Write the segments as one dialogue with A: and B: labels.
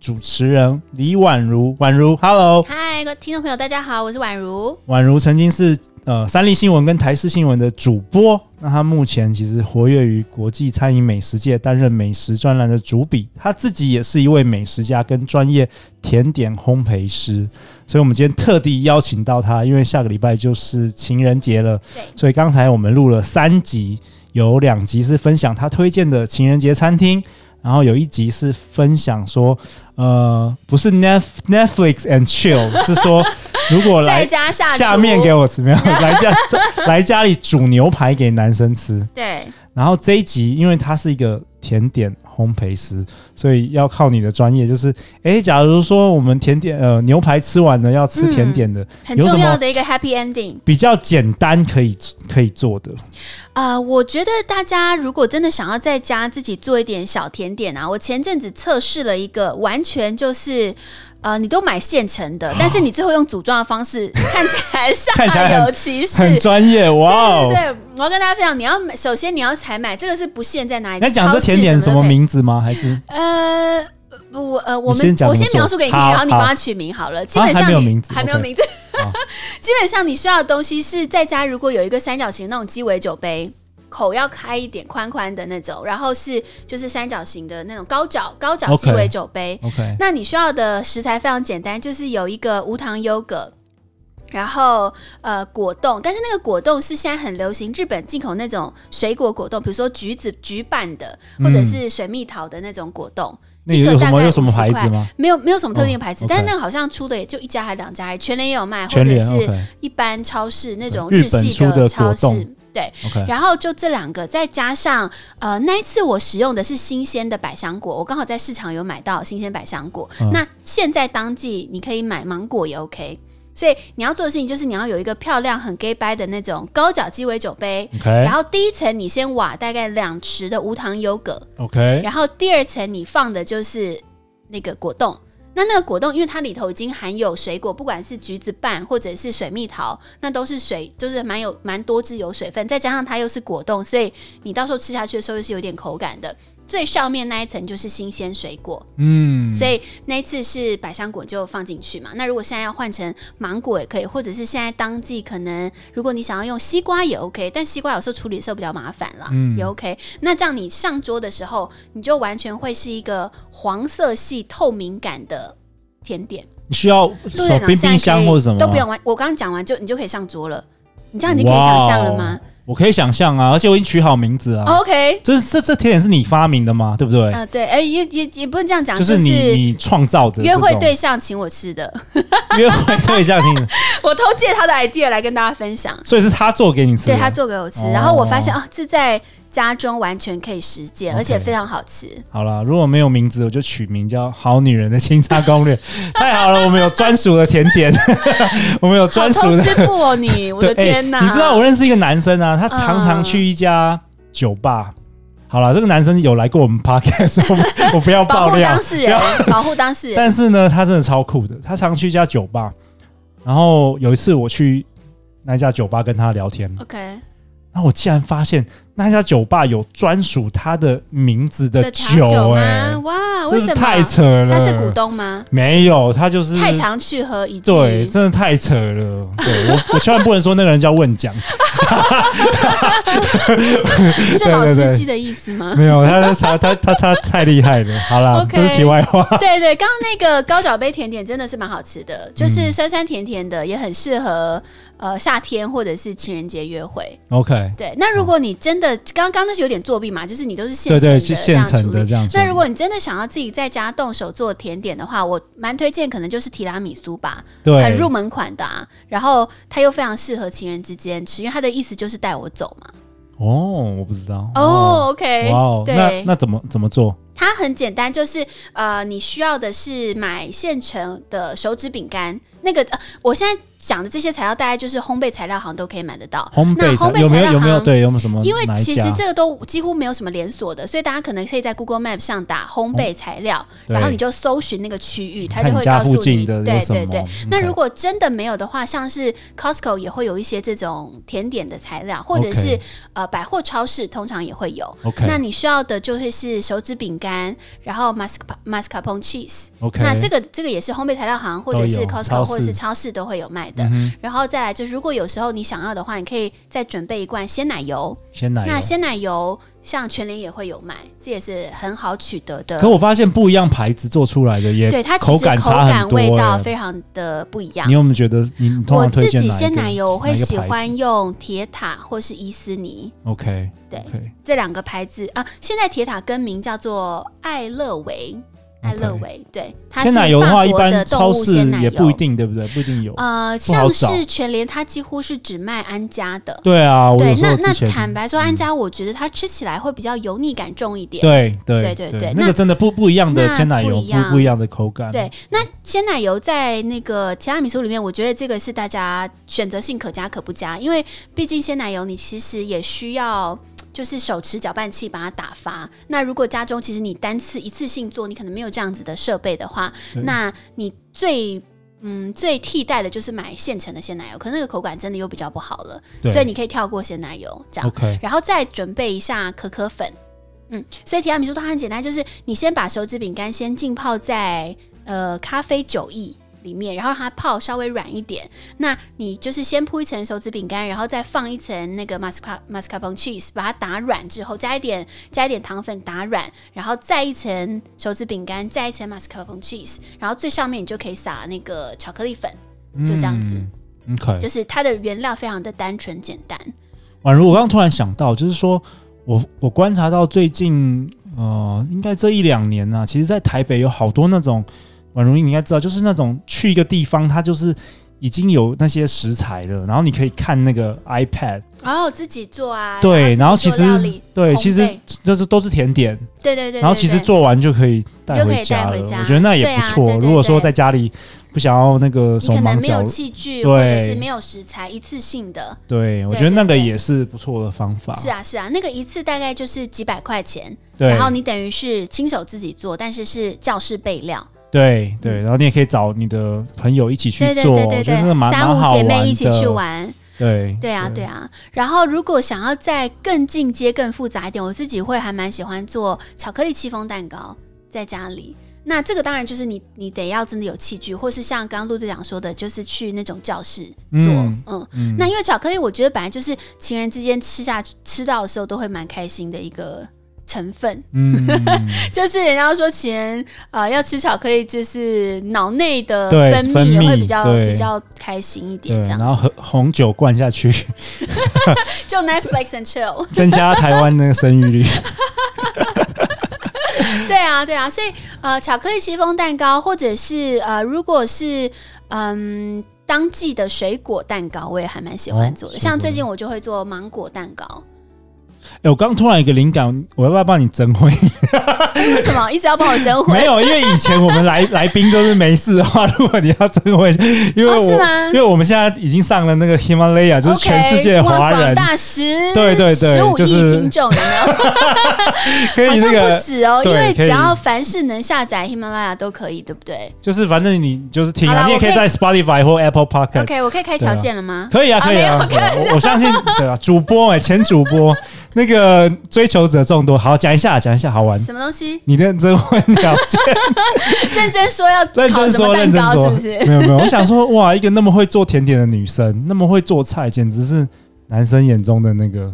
A: 主持人李婉如。婉如，Hello，
B: 嗨，各位听众朋友，大家好，我是宛如。
A: 宛如曾经是呃三立新闻跟台视新闻的主播，那她目前其实活跃于国际餐饮美食界，担任美食专栏的主笔。她自己也是一位美食家跟专业甜点烘焙师，所以我们今天特地邀请到她，因为下个礼拜就是情人节了，
B: 对
A: 所以刚才我们录了三集，有两集是分享她推荐的情人节餐厅。然后有一集是分享说，呃，不是 Net Netflix and chill，是说如果来
B: 在家下厨
A: 下面给我吃，没 有来家来家里煮牛排给男生吃。
B: 对，
A: 然后这一集，因为他是一个甜点烘焙师，所以要靠你的专业。就是，诶，假如说我们甜点呃牛排吃完了，要吃甜点的，
B: 很
A: 有什
B: 重
A: 么
B: 要的一个 happy ending。
A: 比较简单可以可以做的，
B: 呃，我觉得大家如果真的想要在家自己做一点小甜点啊，我前阵子测试了一个，完全就是。呃，你都买现成的，但是你最后用组装的方 式，看起来
A: 哦看起来很
B: 煞有其事。
A: 很专业哇
B: 对哎
A: 哦！
B: 对对，我要跟大家分享，你要买，首先你要采买，这个是不限在哪里。
A: 那讲这
B: 超市
A: 甜点
B: 什
A: 什
B: 么
A: 么
B: 都可以
A: 名字吗？还是
B: 呃，我呃，我
A: 你先
B: 们
A: 讲
B: 我
A: 怎么
B: 先描
A: 做
B: 述给你听，
A: 好
B: 然后你帮
A: 好
B: 它取名好了。基本上
A: 还
B: 你
A: 没有名字
B: 还没有
A: OK
B: 名字
A: 好
B: 基本上你需要的东西是在家，如果有一个三角形那种鸡尾酒杯。口要开一点，宽宽的那种，然后是就是三角形的那种高脚高脚
A: OK
B: 鸡尾酒杯。
A: OK？
B: 那你需要的食材非常简单，就是有一个无糖优格，然后呃果冻，但是那个果冻是现在很流行日本进口那种水果果冻，比如说橘子橘瓣的，或者
A: 嗯
B: 是水蜜桃的那种果冻。
A: 那
B: 一
A: 有
B: 个
A: 有
B: 大
A: 什么
B: 概
A: 有什么
B: 50
A: 牌
B: 块
A: 子吗？
B: 没有没有什么特定的牌子，
A: 哦
B: 但是
A: ，OK
B: 那个好像出的也就一家还两家而已，全联也有卖，或
A: 全
B: 者
A: 联
B: 是
A: OK
B: 一般超市那种
A: 日
B: 日系
A: 本出的
B: 超
A: 果冻
B: 市。对，
A: OK
B: 然后就这两个，再加上呃，那一次我使用的是新鲜的百香果，我刚好在市场有买到新鲜百香果。
A: 嗯
B: 那现在当季你可以买芒果也 OK，所以你要做的事情就是你要有一个漂亮很 gay 掰的那种高脚鸡尾酒杯，
A: OK
B: 然后第一层你先挖大概两匙的无糖优格，
A: OK
B: 然后第二层你放的就是那个果冻。那那个果冻，因为它里头已经含有水果，不管是橘子瓣或者是水蜜桃，那都是水，就是蛮有蛮多汁有水分，再加上它又是果冻，所以你到时候吃下去的时候又是有点口感的。最上面那一层就是新鲜水果，
A: 嗯，
B: 所以那一次是百香果就放进去嘛。那如果现在要换成芒果也可以，或者是现在当季可能如果你想要用西瓜也 OK，但西瓜有时候处理的时候比较麻烦啦，
A: 嗯
B: 也 OK。那这样你上桌的时候，你就完全会是一个黄色系透明感的甜点。
A: 你需要
B: 陆队
A: 手
B: 长
A: 冰
B: 现在
A: 冰箱
B: 可以
A: 或什么
B: 都
A: 吗
B: 不用完，我刚刚讲完就你就可以上桌了。你这样已经可以想象了吗、
A: 哦我可以想象啊，而且我已经取好名字啊。
B: o k
A: 这这这甜点是你发明的吗？对不对？
B: 呃，对，哎、也也也不能这样讲，
A: 就
B: 就是
A: 你你创造的
B: 约会
A: 这种
B: 对象请我吃的，
A: 约会对象型的，
B: 我偷借他的 idea 来跟大家分享。
A: 所以是他做给你吃的。
B: 对他做给我吃，
A: 哦
B: 然后我发现哦，这在家中完全可以实践，
A: OK
B: 而且非常好吃。
A: 好了，如果没有名字，我就取名叫《好女人的清茶攻 略》。太好了，我们有专属的甜点， 我们有
B: 好
A: 专属
B: 偷
A: 的。
B: 师傅 哦，你，我的
A: 对，哎
B: 天哪！
A: 你知道我认识一个男生啊，他常常去一家
B: 嗯
A: 酒吧。好了，这个男生有来过我们 podcast，我不我 不要
B: 保
A: 爆
B: 护
A: 料
B: 当。事 人，保护当事人。
A: 但是呢，他真的超酷的，他常去一家酒吧，然后有一次我去那家酒吧跟他聊天，
B: OK，
A: 那我竟然发现那家酒吧有专属他的名字的
B: 的调酒
A: 哎、
B: 吗？哇，为
A: 真
B: 什
A: 是
B: 么？
A: 太扯了。
B: 他是股？东吗？
A: 没有，他就是
B: 太常去喝，以至
A: 对，
B: 于
A: 真的太扯了。对我，我千万不能说那个人叫问 奖，
B: 是老司机的意 思吗？
A: 没有，他他他他他太厉害了。好啦，
B: OK
A: 这是题外话。
B: 对对，刚刚那个高脚杯甜点真的是蛮好吃的，
A: 嗯
B: 就是酸酸甜甜的，也很适合呃夏天或者是情人节约会。
A: OK，
B: 对，那如果你真的刚刚那是有点作弊嘛，就是你都是现
A: 哦对
B: 成
A: 对，
B: 的
A: 是
B: 这
A: 现
B: 样处
A: 成的
B: 理。
A: 这样子。
B: 那如果你真的想要自己在家动手做甜点的话，我蛮推荐可能就是提拉米苏吧，
A: 对
B: 很入门款的啊。然后它又非常适合情人之间吃，因为它的意思就是带我走嘛。
A: 哦，我不知道。
B: 哦，OK，
A: 哇哦，那
B: 对，
A: 那怎么怎么做？
B: 它很简单，就是呃，你需要的是买现成的手指饼干。那个、呃、我现在讲的这些材料，大概就是烘焙材料行都可以买得到。
A: 烘
B: 那
A: 焙材
B: 烘焙
A: 有没
B: 材料
A: 有有没有
B: 行
A: 对有没有什么哦哪一
B: 因
A: 家？
B: 为其实这个都几乎没有什么连锁的，所以大家可能可以在 Google Map 上打烘焙材料，
A: 哦对
B: 然后你就搜寻那个区域，它
A: 看
B: 就
A: 你
B: 会
A: 家
B: 告诉
A: 附
B: 你。
A: 近的有
B: 对
A: 什么
B: 对对。那
A: OK
B: 如果真的没有的话，像是 Costco 也会有一些这种甜点的材料，或者
A: OK
B: 是呃百货超市通常也会有。
A: OK
B: 那你需要的就会是手指饼干，然后 masc mascarpone cheese。
A: OK，
B: 那这个这个也是烘焙材料行或者
A: 都
B: 是
A: 有超
B: Costco
A: 市嗯
B: 或者是超市都会有卖的。然后再来就是，如果有时候你想要的话，你可以再准备一罐鲜奶油。
A: 鲜奶油
B: 那鲜奶油像全联也会有卖，这也是很好取得的
A: 可。我发现不一样牌子做出来的也
B: 对它其
A: 口
B: 实
A: 感差很多、
B: 味道
A: 欸
B: 非常的不一样
A: 你。有没有觉得你通
B: 我
A: 常推
B: 自
A: 荐
B: 己
A: 哪一
B: 鲜
A: 个
B: 奶油我会
A: 哪一个
B: 喜
A: 牌子
B: 欢用铁塔或是伊斯尼
A: OK，
B: 对
A: OK，
B: 这两个牌子啊。现在铁塔更名叫做爱乐维，爱乐维对，它是
A: 鲜奶油的话，
B: 法
A: 一
B: 国
A: 般
B: 的动
A: 超
B: 物
A: 市
B: 鲜奶
A: 也
B: 油。
A: 不一定，对不对？不一定有。
B: 呃，
A: 不好
B: 像
A: 找
B: 是全联，它几乎是只卖安家的。
A: 对啊，我
B: 对
A: 有，时
B: 那
A: 候
B: 那
A: 之前嗯
B: 坦白说，安家我觉得它吃起来会比较油腻感重一点。
A: 对对
B: 对对对
A: 那
B: 那
A: 个真的不不一样的
B: 那
A: 鲜奶油，
B: 不一
A: 不
B: 样
A: 不一样的口感。
B: 对，那鲜奶油在那个提拉米苏里面，我觉得这个是大家选择性可加可不加，因为毕竟鲜奶油你其实也需要。就是手持搅拌器把它打发。那如果家中其实你单次一次性做，你可能没有这样子的设备的话，
A: 对
B: 那你最嗯最替代的就是买现成的鲜奶油，可那个口感真的又比较不好了，
A: 对
B: 所以你可以跳过鲜奶油这样。
A: OK
B: 然后再准备一下可可粉。嗯，所以提拉米苏它很简单，就是你先把手指饼干先浸泡在呃咖啡酒液里面，然后让它泡稍微软一点。那你就是先铺一层手指饼干，然后再放一层那个 masca mascarpone cheese，把它打软之后，加一点加一点糖粉打软，然后再一层手指饼干，再一层 mascarpone cheese，然后最上面你就可以撒那个巧克力粉，
A: 嗯，
B: 就这样子
A: OK，
B: 就是它的原料非常的单纯简单。
A: 宛如我刚刚突然想到，就是说我我观察到最近呃，应该这一两年呢、其实在台北有好多那种，宛如你应该知道，就是那种去一个地方，它就是已经有那些食材了，然后你可以看那个 iPad，
B: 然后自己做啊，
A: 对，然后其
B: 自己做料
A: 实
B: 理
A: 对，
B: 烘
A: 其实
B: 焙
A: 就是都是甜点，
B: 对对对，
A: 然后其实
B: 对对
A: 做完就可以带
B: 就可以
A: 回家
B: 带
A: 了，
B: 回家
A: 我觉得那也不错。
B: 对啊对对
A: 如果说
B: 对
A: 在家里不想要那个
B: 你
A: 手
B: 可能
A: 忙
B: 没
A: 脚
B: 有
A: 乱，
B: 器具
A: 对
B: 或者是没有食材，一次性的。
A: 对我
B: 对
A: 觉得那
B: 对
A: 个
B: 对
A: 也是不错的方法。
B: 是啊是啊，那个一次大概就是几百块钱，
A: 对
B: 然，后你等于是亲手自己做，但是是教室备料，
A: 对对，
B: 嗯
A: 然后你也可以找你的朋友一起去
B: 对对
A: 做，
B: 对
A: 我
B: 对
A: 觉得
B: 对
A: 那，蛮
B: 三
A: 蛮
B: 五
A: 好
B: 姐
A: 玩的。
B: 妹一起去玩，
A: 对
B: 对啊，对啊。然后如果想要再更进阶、更复杂一点，我自己会还蛮喜欢做巧克力戚风蛋糕，在家里。那这个当然就是你，你得要真的有器具，或是像刚刚陆队长说的，就是去那种教室做。
A: 嗯
B: 嗯
A: 嗯
B: 那因为巧克力，我觉得本来就是情人之间吃下去吃到的时候都会蛮开心的一个成分。
A: 嗯，
B: 就是人家说情人呃要吃巧克力，就是脑内的
A: 对
B: 分
A: 分
B: 泌也会
A: 泌
B: 比较
A: 对
B: 比较开心一
A: 对，
B: 点，这
A: 然
B: 样
A: 后喝红酒灌下 去，
B: 就 Netflix and chill。
A: 增加台湾那个生育率。
B: 对啊，对啊，所以呃，巧克力戚风蛋糕，或者是呃，如果是嗯当季的水果蛋糕，我也还蛮喜欢做的。
A: 哦
B: 像最
A: 水
B: 近我就会做芒果蛋糕，
A: 哎，我刚突然有一个灵感，我要不要帮你整 回？
B: 为什么一直要帮我争 回？
A: 没有，因为以前我们来 来宾都是没事的话，如果你要真会，因为
B: 哦
A: 我、
B: 是吗
A: 因为我们现在已经上了那个 Himalaya，就是全世界的
B: OK，
A: 华
B: 哇广
A: 人
B: 大十
A: 对对对
B: 十五
A: 就
B: 亿
A: 是
B: 听众有没有？
A: 可以
B: 好
A: 那
B: 像
A: 个
B: 不止哦，因
A: 对
B: 为
A: 可
B: 只
A: 以
B: 要凡是能下载喜马拉雅都可以，对不对
A: 就是反正你就是听
B: 好
A: 啊，
B: 啦
A: 你也
B: 我
A: 可以
B: 可
A: 在 Spotify 或 Apple Podcast。
B: ？OK，我可以开条件了吗？
A: 可以啊，可以啊，
B: 没有
A: 对啊我我相信对啊，主播哎、前主播那个追求者众多，好讲一下，讲一下好玩。
B: 什么东西？
A: 你认真问了解，
B: 认真说要
A: 认
B: 烤
A: 真
B: 什么
A: 说，
B: 蛋
A: 认真
B: 糕
A: 说，
B: 是不是？
A: 没有没有，我想说，哇，一个那么会做甜点的女生，那么会做菜，简直是男生眼中的那个
B: 啊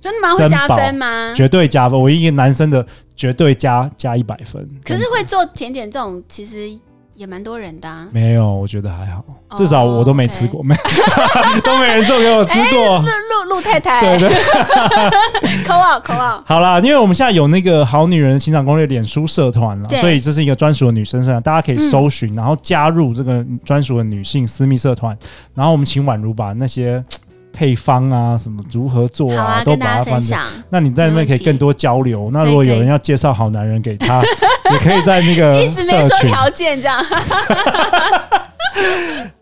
B: 真的吗？会
A: 珍
B: 加
A: 宝
B: 分吗？
A: 绝对加分。我一个男生的绝对加加一百分。
B: 可是会做甜点这种，其实也蛮多人的、啊。
A: 没有，我觉得还好，
B: 哦
A: 至少我都没吃过，没 都没人做给我吃过。
B: 陆陆陆太太，
A: 对对。
B: 扣啊扣啊，
A: 好啦，因为我们现在有那个《好女人的情场攻略》脸书社团了，
B: 对嗯
A: 所以这是一个专属的女生社团，大家可以搜寻，然后加入这个专属的女性私密社团。然后我们请宛如把那些嘖呃配方啊，什么如何做
B: 好啊，
A: 都
B: 跟
A: 把
B: 大
A: 它
B: 家
A: 放
B: 分
A: 在。
B: 享。
A: 那你在那边可以更多交流。那如果有人要介绍好男人给 他，也可以在那个
B: 一直没
A: 社
B: 说
A: 群。
B: 条件 这样，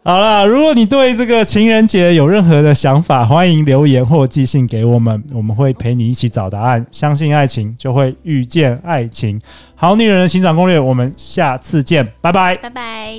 A: 好啦，如果你对这个情人节有任何的想法，欢迎留言或寄信给我们，我们会陪你一起找答案。相信爱情，就会遇见爱情。好女人的情场攻略，我们下次见，拜拜。
B: 拜拜。